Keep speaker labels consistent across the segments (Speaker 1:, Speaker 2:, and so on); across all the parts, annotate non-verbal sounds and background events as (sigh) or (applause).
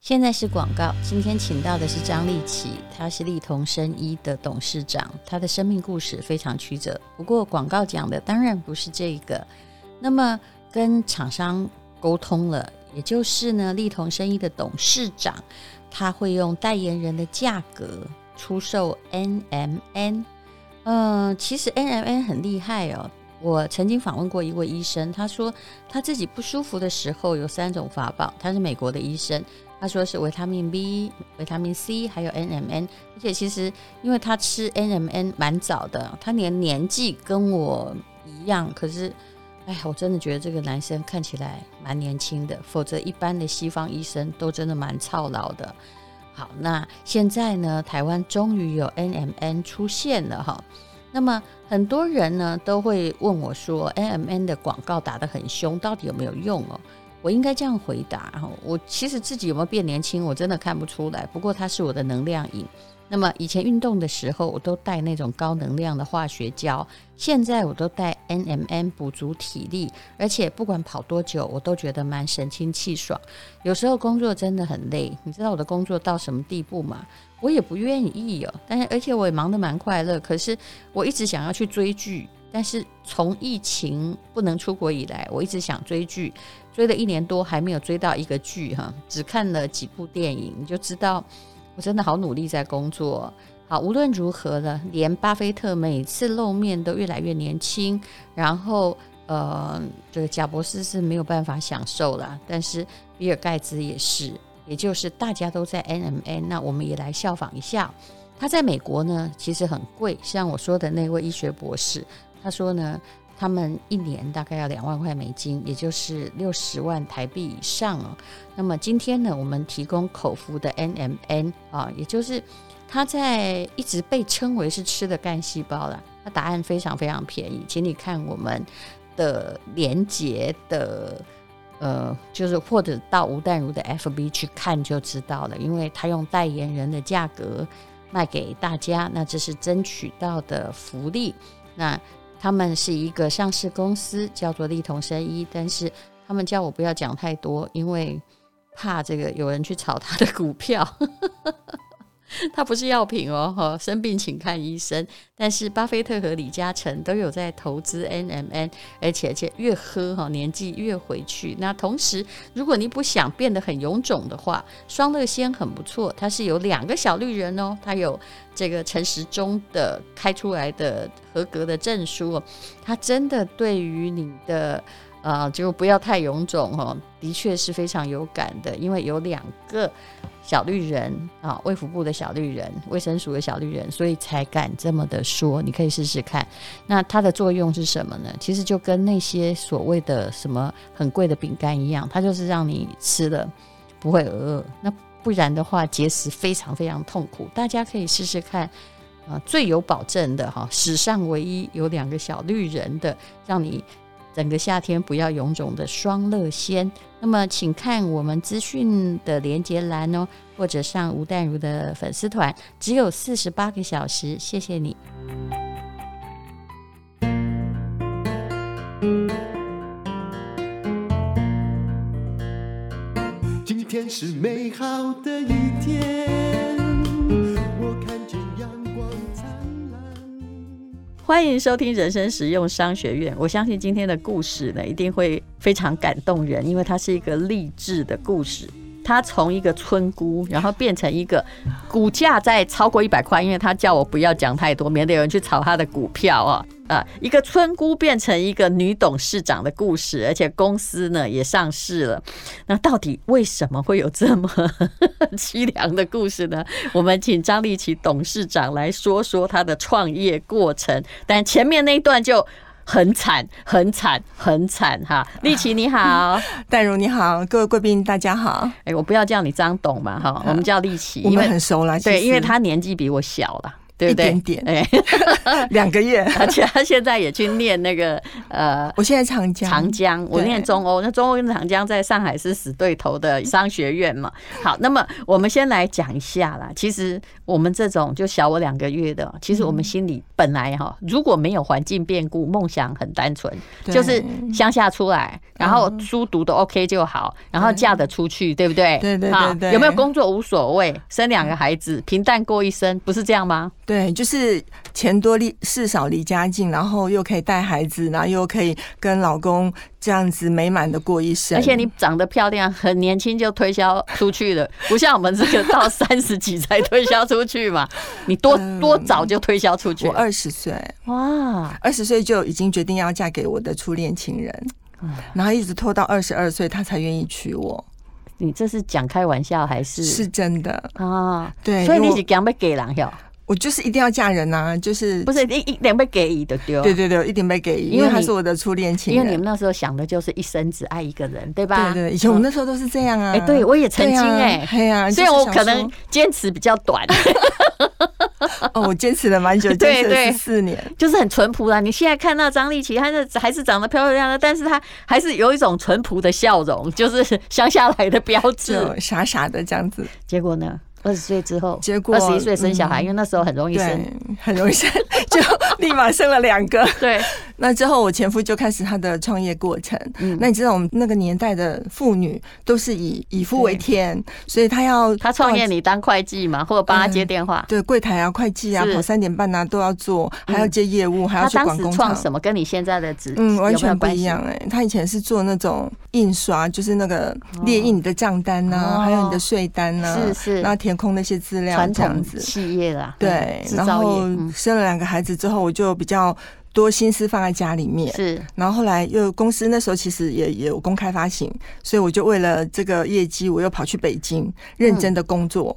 Speaker 1: 现在是广告。今天请到的是张立奇，他是力同生医的董事长，他的生命故事非常曲折。不过广告讲的当然不是这个。那么跟厂商沟通了，也就是呢，力同生意的董事长他会用代言人的价格出售 NMN。嗯、其实 NMN 很厉害哦。我曾经访问过一位医生，他说他自己不舒服的时候有三种法宝，他是美国的医生，他说是维他命 B、维他命 C 还有 NMN，而且其实因为他吃 NMN 蛮早的，他连年纪跟我一样，可是哎呀，我真的觉得这个男生看起来蛮年轻的，否则一般的西方医生都真的蛮操劳的。好，那现在呢，台湾终于有 NMN 出现了哈。那么很多人呢都会问我说，NMN 的广告打得很凶，到底有没有用哦？我应该这样回答哈，我其实自己有没有变年轻，我真的看不出来。不过它是我的能量饮。那么以前运动的时候，我都带那种高能量的化学胶，现在我都带 NMN 补足体力，而且不管跑多久，我都觉得蛮神清气爽。有时候工作真的很累，你知道我的工作到什么地步吗？我也不愿意哦，但是而且我也忙得蛮快乐，可是我一直想要去追剧，但是从疫情不能出国以来，我一直想追剧，追了一年多还没有追到一个剧哈，只看了几部电影，你就知道我真的好努力在工作。好，无论如何呢，连巴菲特每次露面都越来越年轻，然后呃，这个贾博士是没有办法享受啦，但是比尔盖茨也是，也就是大家都在 NMN，那我们也来效仿一下。他在美国呢，其实很贵，像我说的那位医学博士，他说呢，他们一年大概要两万块美金，也就是六十万台币以上哦。那么今天呢，我们提供口服的 NMN 啊，也就是它在一直被称为是吃的干细胞了。那答案非常非常便宜，请你看我们的连接的。呃，就是或者到吴淡如的 FB 去看就知道了，因为他用代言人的价格卖给大家，那这是争取到的福利。那他们是一个上市公司，叫做力同生医，但是他们叫我不要讲太多，因为怕这个有人去炒他的股票。 (laughs) 它不是药品哦，哈，生病请看医生。但是巴菲特和李嘉诚都有在投资 NMN，而且而且越喝哈年纪越回去。那同时，如果你不想变得很臃肿的话，双乐仙很不错，它是有两个小绿人哦，它有这个陈时中的开出来的合格的证书哦，它真的对于你的。呃，就不要太臃肿哦，的确是非常有感的，因为有两个小绿人啊，卫福部的小绿人，卫生署的小绿人，所以才敢这么的说。你可以试试看，那它的作用是什么呢？其实就跟那些所谓的什么很贵的饼干一样，它就是让你吃了不会饿。那不然的话，节食非常非常痛苦。大家可以试试看。啊，最有保证的哈，史上唯一有两个小绿人的，让你整个夏天不要臃肿的双乐仙。那么，请看我们资讯的连接栏哦，或者上吴淡如的粉丝团，只有四十八个小时，谢谢你。
Speaker 2: 今天是美好的一天，我看见阳光灿烂。
Speaker 1: 欢迎收听人生实用商学院。我相信今天的故事呢，一定会非常感动人，因为它是一个励志的故事。他从一个村姑，然后变成一个股价在超过一百块，因为他叫我不要讲太多，免得有人去炒他的股票啊、啊、一个村姑变成一个女董事长的故事，而且公司呢也上市了。那到底为什么会有这么 (laughs) 凄凉的故事呢？我们请张立奇董事长来说说他的创业过程，但前面那一段就。很惨，很惨，很惨哈！立奇你
Speaker 3: (laughs)
Speaker 1: 好，
Speaker 3: 淡如你好，各位贵宾大家好，
Speaker 1: 哎、我不要叫你张董嘛哈，我们叫立奇，
Speaker 3: 我
Speaker 1: 因
Speaker 3: 们
Speaker 1: 为
Speaker 3: 很熟了，其
Speaker 1: 对，
Speaker 3: 实
Speaker 1: 因为他年纪比我小啦。
Speaker 4: 对不对？
Speaker 3: 一点
Speaker 4: 哎，
Speaker 3: (laughs) 两个月，
Speaker 4: (laughs) 而且他现在也去念那个呃
Speaker 3: 我现在长江
Speaker 4: 长江，我
Speaker 3: 对
Speaker 4: 念中欧，那中欧跟长江在上海是死对头的商学院嘛。好，那么我们先来讲一下啦。其实我们这种就小我两个月的，其实我
Speaker 3: 嗯
Speaker 4: 们心里本来哈，如果没有环境变故，梦想很单纯，
Speaker 3: 对嗯
Speaker 4: 就是乡下出来，然后书读的 OK 就好，然后嫁得出去，对不对？
Speaker 3: 对对对
Speaker 4: 好
Speaker 3: 对嗯
Speaker 4: 有没有工作无所谓，生两个孩子，平淡过一生，不是这样吗？
Speaker 3: 对，就是钱多离事少离家近，然后又可以带孩子，然后又可以跟老公这样子美满的过一生。
Speaker 4: 而且你长得漂亮，很年轻就推销出去了， (laughs) 不像我们这个到三十几才推销出去
Speaker 3: (laughs)
Speaker 4: 嘛。你多多早就推销出去
Speaker 3: 嗯我
Speaker 4: 了，
Speaker 3: 二十岁，
Speaker 4: 哇！
Speaker 3: 二十岁就已经决定要嫁给我的初恋情人，
Speaker 4: 嗯
Speaker 3: 然后一直拖到二十二岁，他才愿意娶我，
Speaker 4: 你这是讲开玩笑还是
Speaker 3: 是真的。
Speaker 4: 啊？
Speaker 3: 对，
Speaker 4: 所以
Speaker 3: 因为
Speaker 4: 你
Speaker 3: 我
Speaker 4: 是讲要给人哟，
Speaker 3: 我就是一定要嫁人啊，就是
Speaker 4: 不是一一点被给伊的丢。
Speaker 3: 对对对，我一定被给，
Speaker 4: 因为
Speaker 3: 因为他
Speaker 4: 你
Speaker 3: 是我的初恋情
Speaker 4: 因
Speaker 3: 人。
Speaker 4: 为你们那时候想的就是一生只爱一个人，对吧？
Speaker 3: 对对，以前我们那时候都是这样啊。
Speaker 4: 哎、对我也曾经哎、
Speaker 3: 对啊呀，
Speaker 4: 虽
Speaker 3: 所以
Speaker 4: 然我可能坚持比较短，
Speaker 3: 哦，我坚持了
Speaker 4: (laughs)
Speaker 3: 蛮久，
Speaker 4: 对
Speaker 3: 坚持
Speaker 4: 对
Speaker 3: 了四年。
Speaker 4: 就是很淳朴啦。你现在看到张丽琪，她是还是长得漂漂亮亮的，但是她还是有一种淳朴的笑容，就是乡下来的标
Speaker 3: (laughs)
Speaker 4: 志。
Speaker 3: 就傻傻的这样子，
Speaker 4: 结果呢，二十岁之后，
Speaker 3: 结果嗯
Speaker 4: 二十一岁生小孩、因为那时候很容易生
Speaker 3: 对。，很容易生， (laughs) 就立马生了两个。 (laughs)
Speaker 4: 对，
Speaker 3: 那之后，我前夫就开始他的创业过程。
Speaker 4: 嗯
Speaker 3: 那你知道，我们那个年代的妇女都是以以夫为天，所以他要
Speaker 4: 她创业，
Speaker 3: 到
Speaker 4: 你当会计嘛，或者帮她接电话。
Speaker 3: 对柜台啊、会计啊、
Speaker 4: 是嗯
Speaker 3: 跑三点半啊都要做，还要接业务，还
Speaker 4: 她
Speaker 3: 要去
Speaker 4: 当
Speaker 3: 管
Speaker 4: 时
Speaker 3: 工
Speaker 4: 创
Speaker 3: 厂。
Speaker 4: 什么，跟你现在的职
Speaker 3: 嗯，完
Speaker 4: 有没
Speaker 3: 全
Speaker 4: 有
Speaker 3: 不
Speaker 4: 关
Speaker 3: 一
Speaker 4: 系
Speaker 3: 样哎、他以前是做那种印刷，就是那个列印你的账单呐、
Speaker 4: 哦
Speaker 3: 还有你的税单呐、
Speaker 4: 是是
Speaker 3: 然后填空那些资料，
Speaker 4: 传
Speaker 3: 这样
Speaker 4: 统
Speaker 3: 子。
Speaker 4: 企业啦，
Speaker 3: 对
Speaker 4: 嗯，制
Speaker 3: 然
Speaker 4: 造业
Speaker 3: 后
Speaker 4: 嗯
Speaker 3: 生了两个孩子之后，我就比较多心思放在家里面。
Speaker 4: 是
Speaker 3: 然后后来又公司那时候其实也也有公开发行，所以我就为了这个业绩，我又跑去北京
Speaker 4: 嗯
Speaker 3: 认真的工作。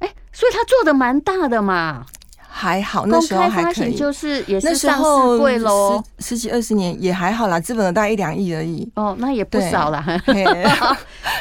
Speaker 4: 哎、所以她做的蛮大的嘛。
Speaker 3: 还好那
Speaker 4: 公
Speaker 3: 时候
Speaker 4: 开发
Speaker 3: 还可
Speaker 4: 行
Speaker 3: 以，
Speaker 4: 就是也
Speaker 3: 那
Speaker 4: 是
Speaker 3: 时
Speaker 4: 上
Speaker 3: 候
Speaker 4: 市贵喽。。
Speaker 3: 十十几二十年也还好啦，资本额大概一两亿而已
Speaker 4: 哦，那也不
Speaker 3: 对
Speaker 4: 少啦。 (laughs)
Speaker 3: 嘿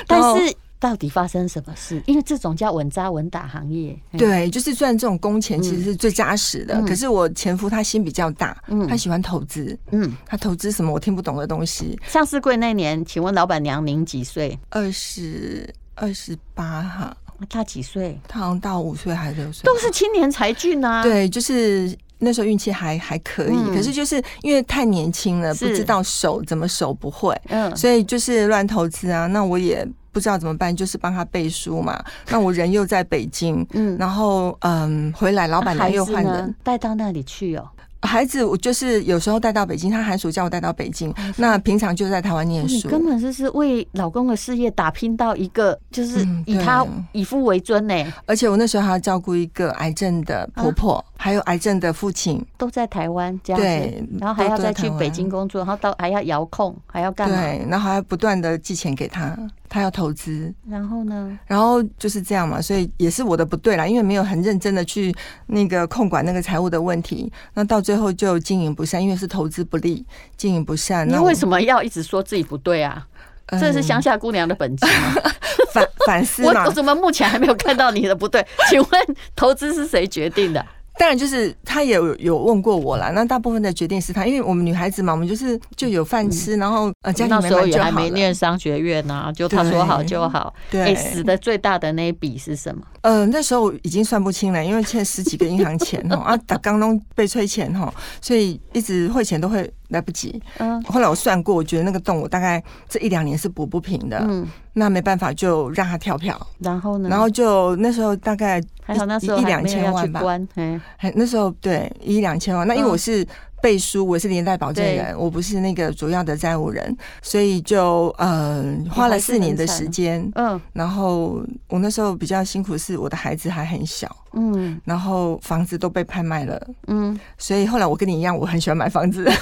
Speaker 4: 但
Speaker 3: 然后
Speaker 4: 是到底发生什么事？因为这种叫稳扎稳打行业。嘿，
Speaker 3: 对，就是赚这种工钱其实是最扎实的。
Speaker 4: 嗯
Speaker 3: 可是我前夫他心比较大，
Speaker 4: 嗯
Speaker 3: 他喜欢投资，
Speaker 4: 嗯，
Speaker 3: 他投资什么我听不懂的东西。
Speaker 4: 哎上市柜那年，请问老板娘您几岁？
Speaker 3: 二十二十八哈，
Speaker 4: 他几岁？
Speaker 3: 他好像到五岁还是六岁，
Speaker 4: 都是青年才俊啊。，
Speaker 3: 对，就是那时候运气还还可以，
Speaker 4: 嗯
Speaker 3: 可是就是因为太年轻了，
Speaker 4: 是
Speaker 3: 不知道守怎么守不会，
Speaker 4: 嗯，
Speaker 3: 所以就是乱投资啊。那我也不知道怎么办，就是帮他背书嘛。那我人又在北京，
Speaker 4: 嗯
Speaker 3: 然后嗯回来，老板娘又换
Speaker 4: 孩子
Speaker 3: 人
Speaker 4: 呢，带到那里去哦。
Speaker 3: 孩子我就是有时候带到北京，他寒暑假我带到北京，那平常就在台湾念
Speaker 4: 哦你
Speaker 3: 书。
Speaker 4: 根本就是为老公的事业打拼到一个，就是
Speaker 3: 嗯
Speaker 4: 以他
Speaker 3: 对
Speaker 4: 以夫为尊呢，
Speaker 3: 而且我那时候还要照顾一个癌症的婆婆，
Speaker 4: 啊
Speaker 3: 还有癌症的父亲。
Speaker 4: 都在台湾这样子
Speaker 3: 对，
Speaker 4: 然后还
Speaker 3: 都
Speaker 4: 要
Speaker 3: 在
Speaker 4: 再
Speaker 3: 台
Speaker 4: 去北
Speaker 3: 湾
Speaker 4: 京工作，然后到还要遥控，还要干嘛？
Speaker 3: 对，然后还不断的寄钱给他，他要投资，
Speaker 4: 然后呢？
Speaker 3: 然后就是这样嘛，所以也是我的不对啦，因为没有很认真的去那个控管那个财务的问题，那到最后就经营不善，因为是投资不利，经营不善。
Speaker 4: 你
Speaker 3: 那嗯
Speaker 4: 为
Speaker 3: 么、
Speaker 4: 什么要一直说自己不对啊？这是乡下姑娘的本质吗？
Speaker 3: 反反
Speaker 4: (laughs)
Speaker 3: 思
Speaker 4: 我
Speaker 3: 嘛
Speaker 4: 我？怎么目前还没有看到你的不对？ (laughs) 请问投资是谁决定的？
Speaker 3: 当然就是他也有有问过我啦，那大部分的决定是他，因为我们女孩子嘛，我们就是就有饭吃，
Speaker 4: 嗯
Speaker 3: 然后呃家
Speaker 4: 那
Speaker 3: 里美
Speaker 4: 时候
Speaker 3: 满
Speaker 4: 也
Speaker 3: 就
Speaker 4: 还
Speaker 3: 好
Speaker 4: 没
Speaker 3: 了。
Speaker 4: 念商学院呢、就他
Speaker 3: 对
Speaker 4: 说好就好。哎、
Speaker 3: 对，
Speaker 4: 死的最大的那一笔是什么？
Speaker 3: 呃，那时候已经算不清了，因为欠十几个银
Speaker 4: (laughs)
Speaker 3: 行钱哦，啊，打刚都被催钱哦，所以一直汇钱都会来不及。
Speaker 4: 嗯
Speaker 3: 后来我算过，我觉得那个洞我大概这一两年是补不平的，
Speaker 4: 嗯，
Speaker 3: 那没办法就让它跳票，
Speaker 4: 然后呢？
Speaker 3: 然后就那时候大概
Speaker 4: 还好那时候
Speaker 3: 一一
Speaker 4: 还
Speaker 3: 两
Speaker 4: 没有
Speaker 3: 千
Speaker 4: 要去
Speaker 3: 万吧，
Speaker 4: 关，哎，
Speaker 3: 还那时候对一两千万，那因为
Speaker 4: 嗯
Speaker 3: 我是。背书，我是连带保证
Speaker 4: 对
Speaker 3: 人，我不是那个主要的债务人，所以就呃花了四年的时间。
Speaker 4: 嗯
Speaker 3: 然后我那时候比较辛苦，是我的孩子还很小，
Speaker 4: 嗯
Speaker 3: 然后房子都被拍卖了，
Speaker 4: 嗯，
Speaker 3: 所以后来我跟你一样，我很喜欢买房子， (laughs)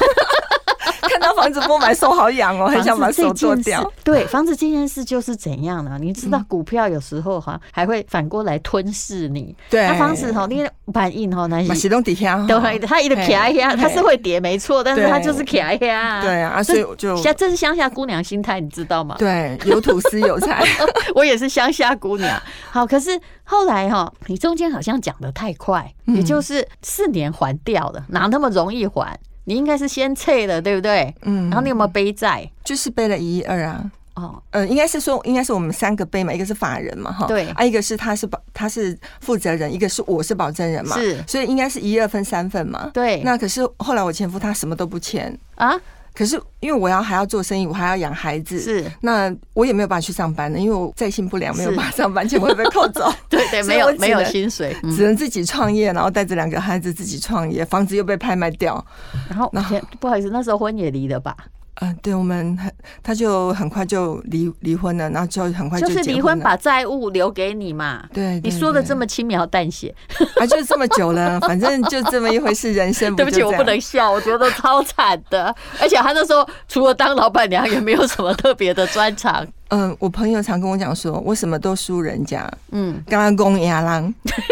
Speaker 3: 看到房子不买手好痒哦，很想把
Speaker 4: 房子
Speaker 3: 手
Speaker 4: 这
Speaker 3: 剁
Speaker 4: 件事
Speaker 3: 掉。。
Speaker 4: 对，房子这件事就是怎样呢、你知道股票有时候哈、还会反过来吞噬你。
Speaker 3: 对，
Speaker 4: 那房子哈，你反应哈，那
Speaker 3: 买
Speaker 4: 是
Speaker 3: 洗动底下，
Speaker 4: 都会，哎它一直
Speaker 3: 嘿
Speaker 4: 卡一下，它
Speaker 3: 嘿
Speaker 4: 是会跌没错，但是
Speaker 3: 对
Speaker 4: 它就是卡一下。
Speaker 3: 对啊，所以我就
Speaker 4: 乡这是 (laughs) 乡下姑娘心态，你知道吗？
Speaker 3: 对有土司有财， (laughs)
Speaker 4: 我也是乡下姑娘。好，可是后来哈、你中间好像讲的太快，也
Speaker 3: 嗯
Speaker 4: 就是四年还掉了，哪那么容易还？你应该是先退了，对不对？
Speaker 3: 嗯
Speaker 4: (laughs) 然后你有没有背债？
Speaker 3: 就是背了一亿二啊。
Speaker 4: 哦，
Speaker 3: 呃，应该是说，应该是我们三个背嘛，一个是法人嘛，哈，
Speaker 4: 对
Speaker 3: 啊，一个是他是保他是负责人，一个是我是保证人嘛，
Speaker 4: 是
Speaker 3: 所以应该是一二分三份嘛，
Speaker 4: 对，
Speaker 3: 那可是后来我前夫他什么都不签，
Speaker 4: 啊
Speaker 3: 可是因为我要还要做生意，我还要养孩子， (laughs)
Speaker 4: 是，
Speaker 3: 那我也没有办法去上班的，因为我在性不良，没有办法上班，钱会被扣走，
Speaker 4: 对对，
Speaker 3: 所以
Speaker 4: 没有
Speaker 3: 我只
Speaker 4: 没有
Speaker 3: 能
Speaker 4: 薪水， (laughs) 嗯
Speaker 3: 只能自己创业，然后带着两个孩子自己创业，房子又被拍卖掉。
Speaker 4: 然后
Speaker 3: 然后
Speaker 4: 前不好意思，那时候婚也离了吧？
Speaker 3: 嗯、对我们很，他就很快就离离婚了，然后就很快就
Speaker 4: 就是
Speaker 3: 结
Speaker 4: 离婚
Speaker 3: 了
Speaker 4: 把债务留给你嘛。
Speaker 3: 对，
Speaker 4: 你
Speaker 3: 对
Speaker 4: 说的
Speaker 3: 对
Speaker 4: 这么轻描淡写，
Speaker 3: (laughs) 啊，就这么久了，反正就这么一回事，人生
Speaker 4: 对不
Speaker 3: 就
Speaker 4: 起，我
Speaker 3: 这
Speaker 4: 不
Speaker 3: 样
Speaker 4: 能笑，我觉得超惨的。 (laughs) 而且他那时候除了当老板娘，也没有什么特别的专长。
Speaker 3: 嗯，我朋友常跟我讲说，我什么都输人家，
Speaker 4: 嗯，
Speaker 3: 跟他公牙郎。 (laughs)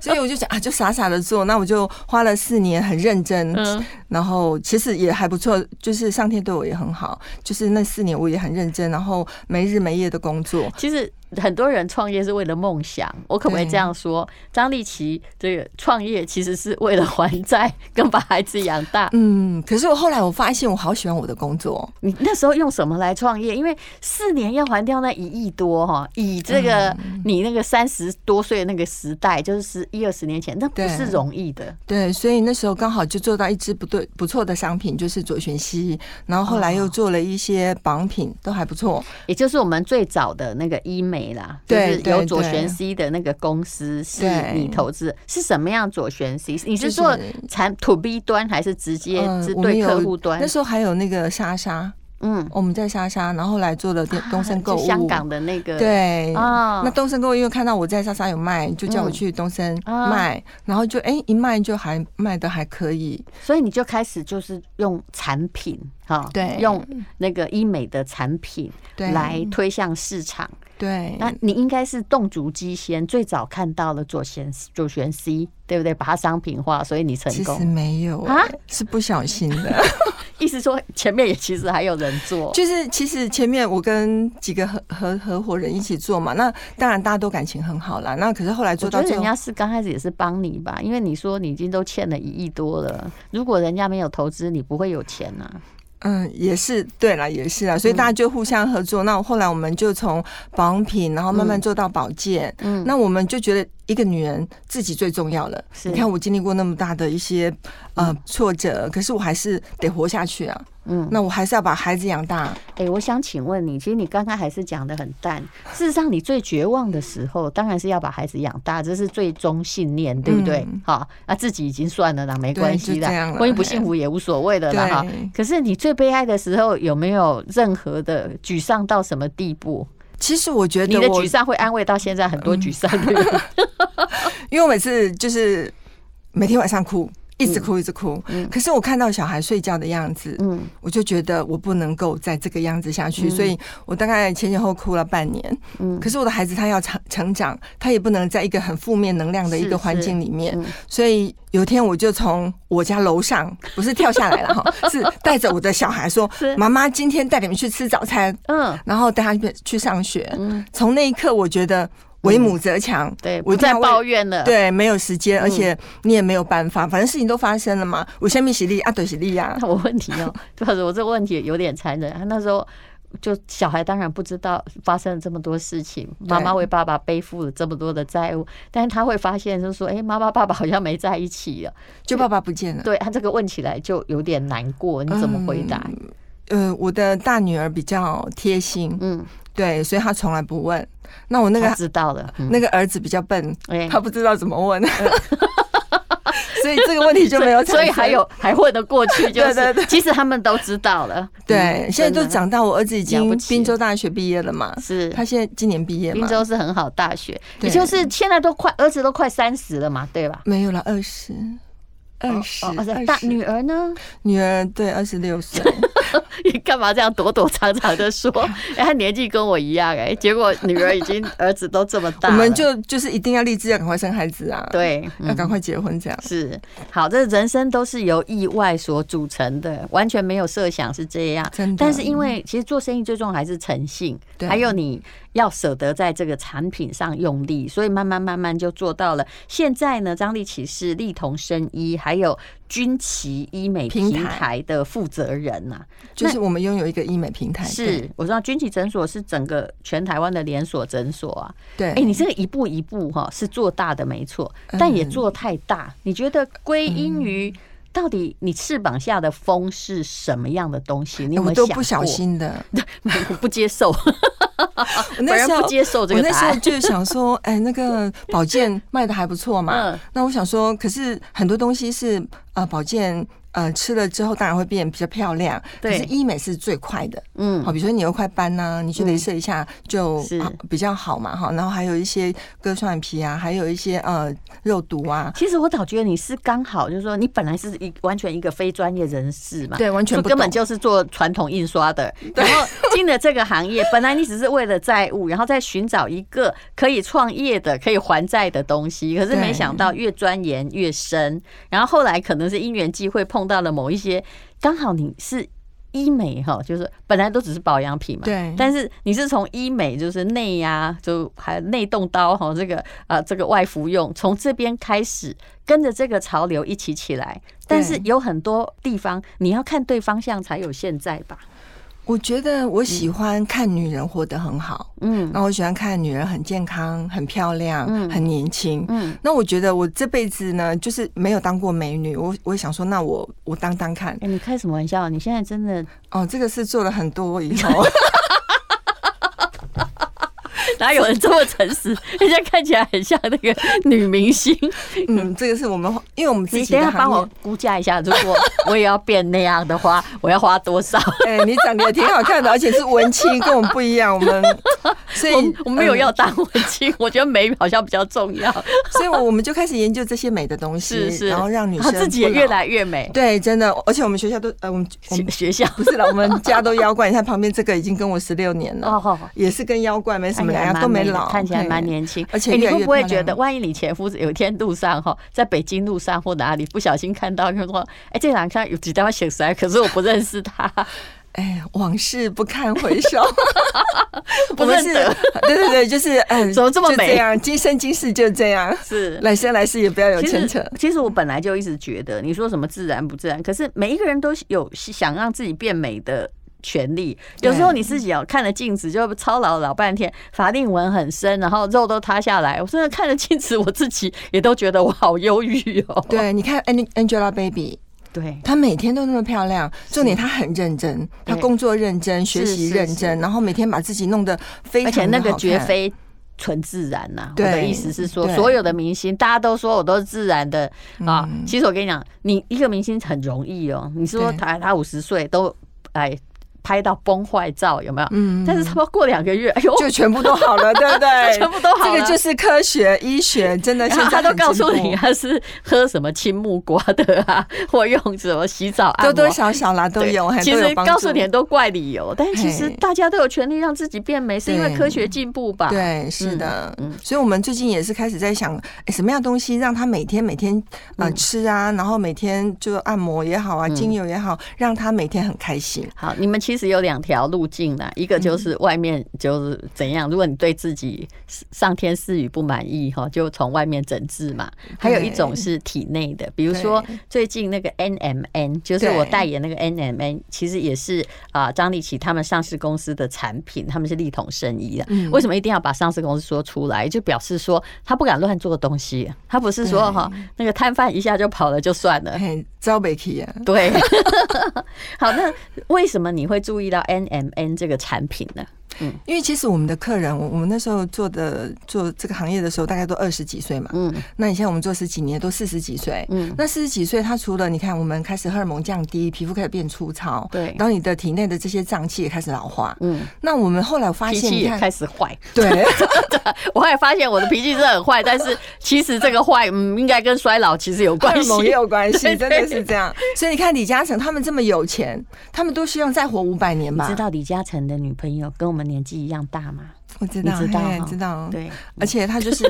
Speaker 3: 所以我就想啊，就傻傻的做，那我就花了四年很认真，
Speaker 4: 嗯
Speaker 3: 然后其实也还不错，就是上天对我也很好，就是那四年我也很认真，然后没日没夜的工作，
Speaker 4: 其实很多人创业是为了梦想，我可不可以
Speaker 3: 对
Speaker 4: 这样说？张丽琪这个创业其实是为了还债，跟把孩子养大。
Speaker 3: 嗯，可是我后来我发现我好喜欢我的工作，
Speaker 4: (laughs) 你那时候用什么来创业？因为四年要还掉那一亿多哈，以这个你那个三十多岁那个时代，就是十一二十年前，那不
Speaker 3: 对
Speaker 4: 是容易的。
Speaker 3: 对，所以那时候刚好就做到一支不对不错的商品，就是左旋西，然后后来
Speaker 4: 哦
Speaker 3: 又做了一些榜品，都还不错，
Speaker 4: 也就是我们最早的那个医美啦，
Speaker 3: 对
Speaker 4: 就是有
Speaker 3: 对
Speaker 4: 左
Speaker 3: 对
Speaker 4: 旋 C 的那个公司是
Speaker 3: 对
Speaker 4: 你投资，是什么样左旋 C？你
Speaker 3: 就是是
Speaker 4: 做产 to B 端还是直接
Speaker 3: 嗯
Speaker 4: 是
Speaker 3: 我们
Speaker 4: 对
Speaker 3: 有
Speaker 4: 客户端
Speaker 3: 那？时候还有那个莎莎，
Speaker 4: 嗯，
Speaker 3: 我们在莎莎，然后后来做了电东森购
Speaker 4: 啊就
Speaker 3: 物，
Speaker 4: 香港的那个
Speaker 3: 对。
Speaker 4: 啊
Speaker 3: 那，东森购物因为看到我在莎莎有卖，就叫我
Speaker 4: 嗯
Speaker 3: 去东森
Speaker 4: 啊
Speaker 3: 卖，然后就哎、一卖就还卖的还可以，
Speaker 4: 所以你就开始就是用产品哈，
Speaker 3: 对
Speaker 4: 用那个医美的产品
Speaker 3: 对
Speaker 4: 来推向市场。
Speaker 3: 对，
Speaker 4: 那你应该是动足机先最早看到了左旋左旋 C，对不对？把它商品化，所以你成
Speaker 3: 其实
Speaker 4: 功。
Speaker 3: 没有、
Speaker 4: 啊
Speaker 3: 哎是不小心的。
Speaker 4: 意思说前面也其实还有人做，
Speaker 3: 就是其实前面我跟几个合合合伙人一起做嘛，那当然大家都感情很好啦。那可是后来做
Speaker 4: 我觉
Speaker 3: 到
Speaker 4: 得
Speaker 3: 最
Speaker 4: 人
Speaker 3: 后，
Speaker 4: 家是刚开始也是帮你吧，因为你说你已经都欠了一亿多了，如果人家没有投资，你不会有钱呐、
Speaker 3: 嗯，也是对啦，也是啦，啊
Speaker 4: 嗯
Speaker 3: 所以大家就互相合作。那后来我们就从保养品，然后慢慢做到保健。
Speaker 4: 嗯，
Speaker 3: 那我们就觉得一个女人自己最重要了。
Speaker 4: 是
Speaker 3: 你看我经历过那么大的一些呃挫折，可是我还是得活下去啊。
Speaker 4: 嗯，
Speaker 3: 那我还是要把孩子养大。
Speaker 4: 哎、我想请问你，其实你刚刚还是讲的很淡。事实上，你最绝望的时候，当然是要把孩子养大，这是最终信念，对不对
Speaker 3: 嗯？
Speaker 4: 好、那自己已经算了啦，没
Speaker 3: 对
Speaker 4: 关系
Speaker 3: 就这样
Speaker 4: 啦，
Speaker 3: 了
Speaker 4: 婚姻不幸福也无所谓的啦哈
Speaker 3: 对。
Speaker 4: 可是你最悲哀的时候，有没有任何的沮丧到什么地步？
Speaker 3: 其实我觉
Speaker 4: 你
Speaker 3: 得
Speaker 4: 的
Speaker 3: 我
Speaker 4: 沮，丧会安慰到现在很多沮丧的人。
Speaker 3: 因为我每次就是每天晚上哭，一直哭一直哭。
Speaker 4: 嗯
Speaker 3: 可是我看到小孩睡觉的样子，
Speaker 4: 嗯，
Speaker 3: 我就觉得我不能够再这个样子下去，所以我大概前前后后哭了半年。
Speaker 4: 嗯
Speaker 3: 可是我的孩子他要成成长，他也不能在一个很负面能量的一
Speaker 4: 是
Speaker 3: 个环境里面，
Speaker 4: 嗯
Speaker 3: 所以有一天我就从我家楼上不是跳下来了哈，
Speaker 4: (laughs)
Speaker 3: 是带着我的小孩说
Speaker 4: 是：“
Speaker 3: 妈妈，今天带你们去吃早餐。”
Speaker 4: 嗯，
Speaker 3: 然后带他去去上学
Speaker 4: 嗯。
Speaker 3: 从那一刻，我觉得为母则强，
Speaker 4: 对，
Speaker 3: 我
Speaker 4: 不
Speaker 3: 一定
Speaker 4: 再
Speaker 3: 要为
Speaker 4: 抱怨了。，
Speaker 3: 对，没有时
Speaker 4: 嗯
Speaker 3: 间，而且你也没有办法，反正事情都发生了嘛。我先面洗力啊，对洗力呀，
Speaker 4: (laughs) 那我问你哦，就是我这个问题有点残忍。他啊那时候就小孩当然不知道发生了这么多事情，妈妈为爸爸背负了这么多的债务，但是他会发现就是说，哎，妈妈爸爸好像没在一起了。
Speaker 3: 就爸爸不见了。
Speaker 4: 对他这个问起来就有点难过，你怎么回答？
Speaker 3: 呃，我的大女儿比较贴心，
Speaker 4: 嗯，
Speaker 3: 对，所以她从来不问。那我那
Speaker 4: 他
Speaker 3: 个
Speaker 4: 知道了。嗯
Speaker 3: 那个儿子比较笨，
Speaker 4: 哎
Speaker 3: 啊他不知道怎么问， (laughs) 所以这个问题就没有产生。
Speaker 4: 所以 (laughs) 还有还混得过去，就是
Speaker 3: (laughs) 对对对
Speaker 4: 其实他们都知道了。
Speaker 3: 对，
Speaker 4: 嗯
Speaker 3: 现在
Speaker 4: 真
Speaker 3: 都
Speaker 4: 的
Speaker 3: 长大，我儿子已
Speaker 4: 了
Speaker 3: 经
Speaker 4: 不起
Speaker 3: 滨州大学毕业了嘛，
Speaker 4: 是
Speaker 3: 他现在今年毕业
Speaker 4: 滨
Speaker 3: 嘛，
Speaker 4: 州是很好大学，也
Speaker 3: 对
Speaker 4: 就是现在都快儿子都快三十了嘛，对吧？
Speaker 3: 没有了二十。二十
Speaker 4: 哦，哦
Speaker 3: 二
Speaker 4: 大
Speaker 3: 十
Speaker 4: 女儿呢？
Speaker 3: 女儿对二十六岁，
Speaker 4: 你干嘛这样躲躲藏藏的说？哎，他年纪跟我一样哎、结果女儿已经儿子都这么 (laughs) 大
Speaker 3: 我
Speaker 4: 了，
Speaker 3: 们就就是一定要立志要赶快生孩子啊，，
Speaker 4: 对，
Speaker 3: 要
Speaker 4: 嗯
Speaker 3: 赶快结婚这样。
Speaker 4: 是好，这人生都是由意外所组成的，完全没有设想是这样。
Speaker 3: 真的
Speaker 4: 但是因为其实做生意最重要还是诚信，
Speaker 3: 对
Speaker 4: 还有你要舍得在这个产品上用力，所以慢慢慢慢就做到了。现在呢，张立奇是力同生医，还有军旗医美
Speaker 3: 平
Speaker 4: 平
Speaker 3: 台
Speaker 4: 台的负责人啊呐、
Speaker 3: 就是我们拥有一个医美平台，
Speaker 4: 是，我知道军旗诊所是整个全台湾的连锁诊所啊。
Speaker 3: 对，
Speaker 4: 哎、
Speaker 3: 对嗯
Speaker 4: 你这个一步一步哈是做大的没错，但也做太大。你觉得归因于到底你翅膀下的风是什么样的东西？你有没有
Speaker 3: 哎我都
Speaker 4: 想
Speaker 3: 不小
Speaker 4: 过，
Speaker 3: 心的，
Speaker 4: 我 (laughs) 不接
Speaker 3: (laughs)
Speaker 4: 受，
Speaker 3: 我
Speaker 4: 本
Speaker 3: 那
Speaker 4: 人
Speaker 3: 时候
Speaker 4: 不接受这
Speaker 3: 我
Speaker 4: 个
Speaker 3: 那
Speaker 4: 答
Speaker 3: 时候
Speaker 4: 案。
Speaker 3: 就
Speaker 4: (laughs)
Speaker 3: 想说，哎，那个保健卖的还不错嘛
Speaker 4: 嗯，
Speaker 3: 那我想说，可是很多东西是呃保健。呃，吃了之后当然会变比较漂亮，可
Speaker 4: 对
Speaker 3: 是医美是最快的。好，
Speaker 4: 嗯，
Speaker 3: 比如说你有块斑呐、啊你去镭射一下就、
Speaker 4: 是
Speaker 3: 啊比较好嘛，哈。然后还有一些割双眼皮啊，还有一些呃肉毒啊，
Speaker 4: 其实我倒觉得你是刚好，就是说你本来是一完全一个非专业人士嘛，
Speaker 3: 对完全
Speaker 4: 就
Speaker 3: 不
Speaker 4: 根本
Speaker 3: 懂
Speaker 4: 就是做传统印刷的，然后进了这个行业，本来你只是为了债务，然后再寻找一个可以创业的、可以还债的东西，可是没
Speaker 3: 对
Speaker 4: 想到越钻研越深，然后后来可能是因缘际会碰到了某一些，刚好你是。医美哈，就是本来都只是保养品嘛，
Speaker 3: 对
Speaker 4: 但是你是从医美，就是内呀、就还有内动刀哈，这个啊、呃这个外服用，从这边开始跟着这个潮流一起起来。但是有很多地方你要看对方向才有现在吧。
Speaker 3: 我觉得我喜欢看女人活得很好，
Speaker 4: 嗯
Speaker 3: 那我喜欢看女人很健康、很漂亮、
Speaker 4: 嗯
Speaker 3: 很年轻。
Speaker 4: 嗯，
Speaker 3: 那我觉得我这辈子呢，就是没有当过美女，我我想说，那我我当当看
Speaker 4: 哎、你开什么玩笑？你现在真的
Speaker 3: 哦，这个是做了很多以后，
Speaker 4: (laughs) 哪有人这么诚实？人家看起来很像那个女明 (laughs) 星。
Speaker 3: 嗯，这个是我们，因为我们自
Speaker 4: 你
Speaker 3: 己
Speaker 4: 等一
Speaker 3: 的
Speaker 4: 下
Speaker 3: 行业，
Speaker 4: 帮我估价一下，如果我也要变那样的话，我要花多少？
Speaker 3: 哎、你长得也挺
Speaker 4: (laughs)
Speaker 3: 好看的，而且是文青，跟我们不一样，我们所以
Speaker 4: 我 (laughs) 我没有
Speaker 3: 嗯
Speaker 4: 要当文青，我觉得美好像比较重
Speaker 3: (laughs)
Speaker 4: 要。
Speaker 3: 所以我们就开始研究这些美的东西，
Speaker 4: 是是，
Speaker 3: 然后让女
Speaker 4: 她
Speaker 3: 生
Speaker 4: 自己也
Speaker 3: 不老
Speaker 4: 越来越美。
Speaker 3: 对，真的，而且我们学校都呃，我们我
Speaker 4: 学
Speaker 3: 们
Speaker 4: 学
Speaker 3: (laughs)
Speaker 4: 校
Speaker 3: 不是了，我们家都妖怪。你看旁边这个已经跟我十六年了，
Speaker 4: 哦，哎
Speaker 3: 也是跟妖怪没什么两样，都没老，
Speaker 4: 看起来蛮
Speaker 3: 对。
Speaker 4: 年轻。
Speaker 3: 而且
Speaker 4: 哎你
Speaker 3: 越来
Speaker 4: 会
Speaker 3: 越
Speaker 4: 不会
Speaker 3: 漂
Speaker 4: 觉
Speaker 3: 亮
Speaker 4: 得，万一你前夫有一天路上哈， (laughs) 在北京路上或哪里不小心看到，就说：“哎，这两看有几张写出来，可是我不认识他。 (laughs)
Speaker 3: 哎，往事不堪回首，
Speaker 4: 不
Speaker 3: 我们
Speaker 4: 认得，
Speaker 3: 对对对，就是
Speaker 4: (laughs)
Speaker 3: 嗯，
Speaker 4: 怎么这么
Speaker 3: 就
Speaker 4: 美
Speaker 3: 这样，今生今世就这样，
Speaker 4: 是”
Speaker 3: 来生来世也不要有
Speaker 4: 其
Speaker 3: 牵扯
Speaker 4: 实，，其实我本来就一直觉得，你说什么自然不自然，可是每一个人都有想让自己变美的权利。有时候你自己哦看了镜子，就操劳老半天，法令纹很深，然后肉都塌下来。我真的看了镜子，我自己也都觉得我好忧郁哦。
Speaker 3: 对，你看 Ang- Angelababy，
Speaker 4: 对，
Speaker 3: 她每天都那么漂亮，重点她很认真，她
Speaker 4: 对
Speaker 3: 工作认真，学
Speaker 4: 是
Speaker 3: 习
Speaker 4: 是
Speaker 3: 认
Speaker 4: 是
Speaker 3: 真，然后每天把自己弄得非
Speaker 4: 而
Speaker 3: 常
Speaker 4: 且那
Speaker 3: 地
Speaker 4: 个
Speaker 3: 好
Speaker 4: 绝
Speaker 3: 看
Speaker 4: 非纯自然呐、我
Speaker 3: 对
Speaker 4: 的意思是说，
Speaker 3: 对嗯
Speaker 4: 所有的明星大家都说我都是自然的啊。其实我跟你讲，你一个明星很容易哦。你说
Speaker 3: 对
Speaker 4: 他他五十岁都哎拍到崩坏照有没有？嗯，但是差不多过两个月，哎呦。
Speaker 3: 就全部都好了，对不
Speaker 4: (laughs)
Speaker 3: 对？
Speaker 4: 全部都好了
Speaker 3: 这个就是科学医学，真的现
Speaker 4: 然 (laughs) 后
Speaker 3: 在
Speaker 4: 他都
Speaker 3: 很进
Speaker 4: 告诉
Speaker 3: 步
Speaker 4: 你，啊他是喝什么青木瓜的啊， (laughs) 或用什么洗澡按
Speaker 3: 多
Speaker 4: 摩，
Speaker 3: 多少少啦都
Speaker 4: 对
Speaker 3: 有，还
Speaker 4: 其
Speaker 3: 都有
Speaker 4: 实
Speaker 3: 帮
Speaker 4: 告诉
Speaker 3: 助
Speaker 4: 你很多怪理由，但其实
Speaker 3: 嘿
Speaker 4: 大家都有权利让自己变美，是因为
Speaker 3: 对
Speaker 4: 科学进步吧？
Speaker 3: 对，是的，
Speaker 4: 嗯嗯
Speaker 3: 所以我们最近也是开始在想，诶什么样的东西让他每天每天
Speaker 4: 嗯
Speaker 3: 呃吃啊，然后每天就按摩也好啊，精油也好，让他每天很开心。
Speaker 4: 好，你们其实有两条路径啦，一个就是
Speaker 3: 嗯
Speaker 4: 外面就是怎样，如果你对自己上天赐予不满意哈，就从外面整治嘛。还有一种是体内的，比如说最近那个 NMN，就是我代言那个 NMN，其实也是啊张立奇他们上市公司的产品，他们是力统生意的。
Speaker 3: 嗯
Speaker 4: 为什么一定要把上市公司说出来？就表示说他不敢乱做东西，他不是说
Speaker 3: 对
Speaker 4: 哈那个摊贩一下就跑了就算了，
Speaker 3: 很招北气 (laughs) 啊，
Speaker 1: (laughs)
Speaker 4: 对，好，那为什么你会注意到 NMN 这个产品呢？
Speaker 1: 嗯
Speaker 3: 因为其实我们的客人，我我们那时候做的做这个行业的时候，大概都二十几岁嘛。
Speaker 1: 嗯
Speaker 3: 那你像我们做十几年，都四十几岁。
Speaker 1: 嗯，
Speaker 3: 那四十几岁，他除了你看，我们开始荷尔蒙降低，皮肤开始变粗糙，
Speaker 1: 对
Speaker 3: 然，后你的体内的这些脏器也开始老化。
Speaker 1: 嗯，
Speaker 3: 那我们后来发
Speaker 1: 脾
Speaker 3: 啊现，
Speaker 1: 气
Speaker 3: 你
Speaker 1: 也
Speaker 3: 看，
Speaker 1: 开始坏。
Speaker 3: (laughs) 对，
Speaker 1: (laughs) 我也发现我的脾气是很坏，但是其实这个坏，嗯，应该跟衰老其实有
Speaker 3: (laughs) 荷
Speaker 1: 关
Speaker 3: 尔
Speaker 1: 系。
Speaker 3: 蒙也有关系，
Speaker 1: (laughs) 对
Speaker 3: 真
Speaker 1: 对
Speaker 3: 的是这样。所以你看李嘉诚他们这么有钱，他们都希望再活五百年
Speaker 1: 你
Speaker 3: 吧？
Speaker 1: 知，道李嘉诚的女朋友跟我们年纪一样大吗？
Speaker 3: 我知道，
Speaker 1: 你知道
Speaker 3: 嘿
Speaker 1: 哈
Speaker 3: 知道，。
Speaker 1: 对，
Speaker 3: 而且他就是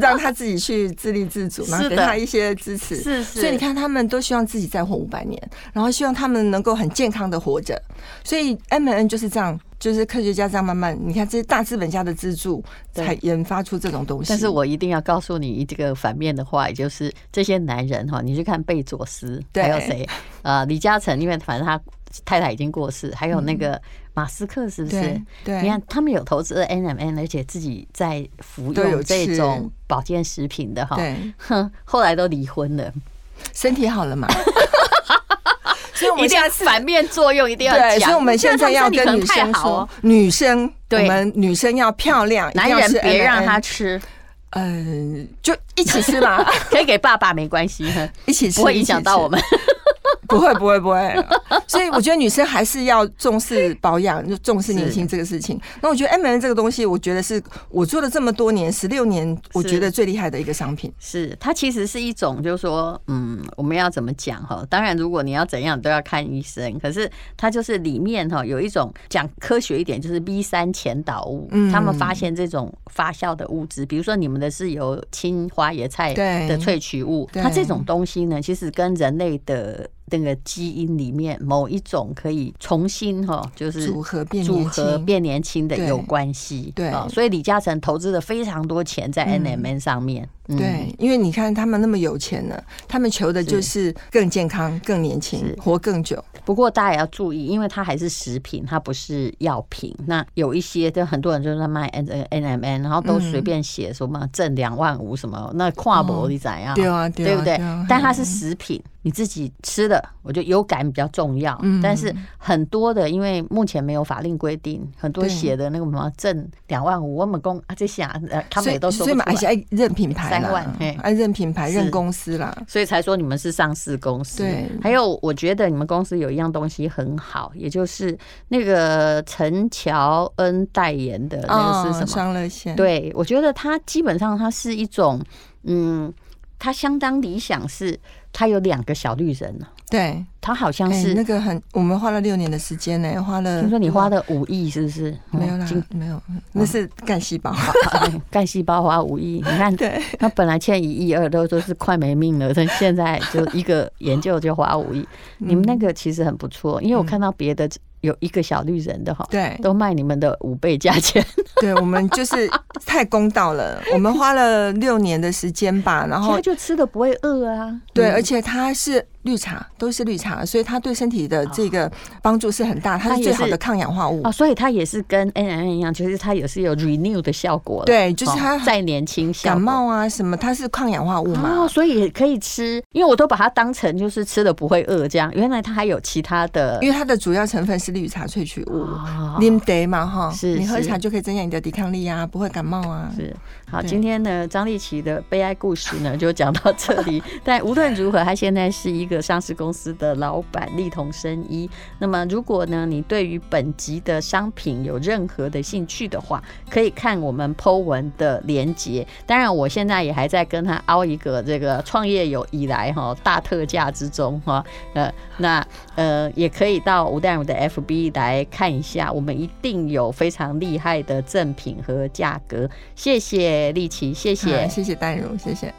Speaker 3: 让他自己去自立自主，然
Speaker 1: (laughs)
Speaker 3: 后
Speaker 1: 是
Speaker 3: 给
Speaker 1: 的
Speaker 3: 他一些支持。
Speaker 1: 是是，
Speaker 3: 所以你，看，他们都希望自己再活五百年，然后希望他们能够很健康的活着。所以 M N 就是这样，就是科学家这样慢慢，你看这些大资本家的资助
Speaker 1: 对
Speaker 3: 才研发出这种东西。
Speaker 1: 但是我一定要告诉你这个反面的话，也就是这些男人哈，你去看贝佐斯，
Speaker 3: 对
Speaker 1: 还有谁？呃，李嘉诚，因为反正他太太已经过世，还有那个马斯克，是不是
Speaker 3: 对？对，
Speaker 1: 你看，他们有投资 N M N，而且自己在服
Speaker 3: 都有
Speaker 1: 用这
Speaker 3: 吃
Speaker 1: 种保健食品的哈，
Speaker 3: 对
Speaker 1: 哼，后来都离婚了。
Speaker 3: 身体好
Speaker 1: (laughs)
Speaker 3: 了嘛。所以我
Speaker 1: 一
Speaker 3: 们
Speaker 1: 定
Speaker 3: 现
Speaker 1: 要
Speaker 3: 在
Speaker 1: 反面作用，一定要
Speaker 3: 对，
Speaker 1: 讲。
Speaker 3: 所以我们现在要跟女
Speaker 1: 你看他们身体可能
Speaker 3: 生
Speaker 1: 太好
Speaker 3: 说
Speaker 1: 哦，，
Speaker 3: 女生，我
Speaker 1: 对
Speaker 3: 们女生要漂亮，
Speaker 1: 男
Speaker 3: 一定要
Speaker 1: 人
Speaker 3: 吃
Speaker 1: 别让
Speaker 3: M&M
Speaker 1: 他，吃，
Speaker 3: 嗯，就一起吃嘛，
Speaker 1: (laughs) 可以给爸爸没关系，
Speaker 3: (laughs)
Speaker 1: 哼
Speaker 3: 一起吃，
Speaker 1: 不会影响到我们。
Speaker 3: (laughs) 不会，不会，不会。所以我觉得女生还是要重视保养，就重视年轻这个事情。那我觉得 M N 这个东西，我觉得是我做了这么多年，十六年，我觉得最厉害的一个商品。
Speaker 1: 是，它其实是一种，就是说，嗯，我们要怎么讲哈？当然，如果你要怎样都要看医生，可是它就是里面哈有一种讲科学一点，就是 B 三前导物，
Speaker 3: 嗯
Speaker 1: 他们发现这种发酵的物质，比如说你们的是由青花椰菜
Speaker 3: 对
Speaker 1: 的萃取物，
Speaker 3: 对
Speaker 1: 它这种东西呢，其实跟人类的那个基因里面某一种可以重新哈，就是
Speaker 3: 组合变
Speaker 1: 组
Speaker 3: 年
Speaker 1: 合
Speaker 3: 轻，
Speaker 1: 变年轻的
Speaker 3: 对
Speaker 1: 有关系，
Speaker 3: 对
Speaker 1: 啊所以李嘉诚投资了非常多钱在
Speaker 3: 嗯
Speaker 1: N M N 上面，嗯
Speaker 3: 对，因为你看他们那么有钱呢，他们求的就是更健康、更年轻
Speaker 1: 是、啊
Speaker 3: 活更久。
Speaker 1: 不过大家也要注意，因为它还是食品，它不是药品。那有一些，就很多人就是在卖 N 呃 N M N，然后都
Speaker 3: 嗯
Speaker 1: 随便写什么挣两万五什么，那跨博你怎样？
Speaker 3: 对啊，
Speaker 1: 对
Speaker 3: 啊
Speaker 1: 不对
Speaker 3: 对啊？
Speaker 1: 但它是食品，你自己吃的，我觉得有感比较重要。
Speaker 3: 嗯
Speaker 1: 但是很多的，因为目前没有法令规定，很多
Speaker 3: 对
Speaker 1: 写的那个什么挣两万五，我们公啊这下呃他们也都说
Speaker 3: 所
Speaker 1: 不
Speaker 3: 以嘛，而
Speaker 1: 出
Speaker 3: 且
Speaker 1: 来，
Speaker 3: 爱哎认品牌
Speaker 1: 三万
Speaker 3: 啦
Speaker 1: 嘿，
Speaker 3: 爱认品牌、
Speaker 1: 是
Speaker 3: 认公司啦。
Speaker 1: 所以才说你们是上市公司。
Speaker 3: 对
Speaker 1: 还有我觉得你们公司有一样东西很好，也就是那个陈乔恩代言的那个是什么？
Speaker 3: 双嗯乐线。
Speaker 1: 对，我觉得它基本上它是一种，嗯，它相当理想是它有两个小绿人呢，
Speaker 3: 对，
Speaker 1: 它好像
Speaker 3: 哎，
Speaker 1: 是。
Speaker 3: 那个很，我们花了六年的时间呢，花了。
Speaker 1: 听说你花的五亿是不是？
Speaker 3: 没有
Speaker 1: 哦
Speaker 3: 啦
Speaker 1: 今，
Speaker 3: 没有，那是干细胞。
Speaker 1: 哎 (laughs) 干细胞花五亿，你看
Speaker 3: 对，
Speaker 1: 他本来欠一亿二，都都是快没命了，但现在就一个研究就花五亿。 (laughs) 你们那个其实很不错，因为我看到别的有一个小绿人的哈，
Speaker 3: 对
Speaker 1: 都卖你们的五倍价 (laughs) 钱。
Speaker 3: 对，我们就是太公
Speaker 1: (laughs)
Speaker 3: 道了，我们花了六年的时间吧，然
Speaker 1: 其实
Speaker 3: 后
Speaker 1: 哦他就吃的不会饿啊。
Speaker 3: 对，
Speaker 1: 嗯
Speaker 3: 而且它是绿茶，都是绿茶，所以它对身体的这个帮助是很大，它
Speaker 1: 哦它
Speaker 3: 是
Speaker 1: 也
Speaker 3: 最好
Speaker 1: 是
Speaker 3: 的抗氧化物
Speaker 1: 哦，。所以它也是跟 N N 一样，就是它也是有 renew 的效果了。
Speaker 3: 对，就是它
Speaker 1: 哦再年轻效果
Speaker 3: 感冒啊什么，它是抗氧化物
Speaker 1: 哦，
Speaker 3: 嘛。
Speaker 1: 所以也可以吃，因为我都把它当成就是吃的不会饿这样。原来它还有其他的
Speaker 3: 因为它的主要成分是绿茶萃取物，
Speaker 1: 哦
Speaker 3: 你得嘛哈，
Speaker 1: 是
Speaker 3: 你喝
Speaker 1: 是
Speaker 3: 茶就可以增加你的抵抗力啊，不会感冒啊。
Speaker 1: 是好，
Speaker 3: 对
Speaker 1: 今天呢，张丽琪的悲哀故事呢，就讲到这
Speaker 3: (laughs)
Speaker 1: 里。但无论如何，她现在是一个上市公司的老板，力同生一。那么，如果呢，你对于本集的商品有任何的兴趣的话，可以看我们 Po 文的连接。当然，我现在也还在跟他凹一个这个创业有以来哈大特价之中哈，呃，那呃也可以到吴淡如的 FB 来看一下，我们一定有非常厉害的赠品和价格。谢谢丽琪，谢谢
Speaker 3: 好谢谢丹如，谢谢。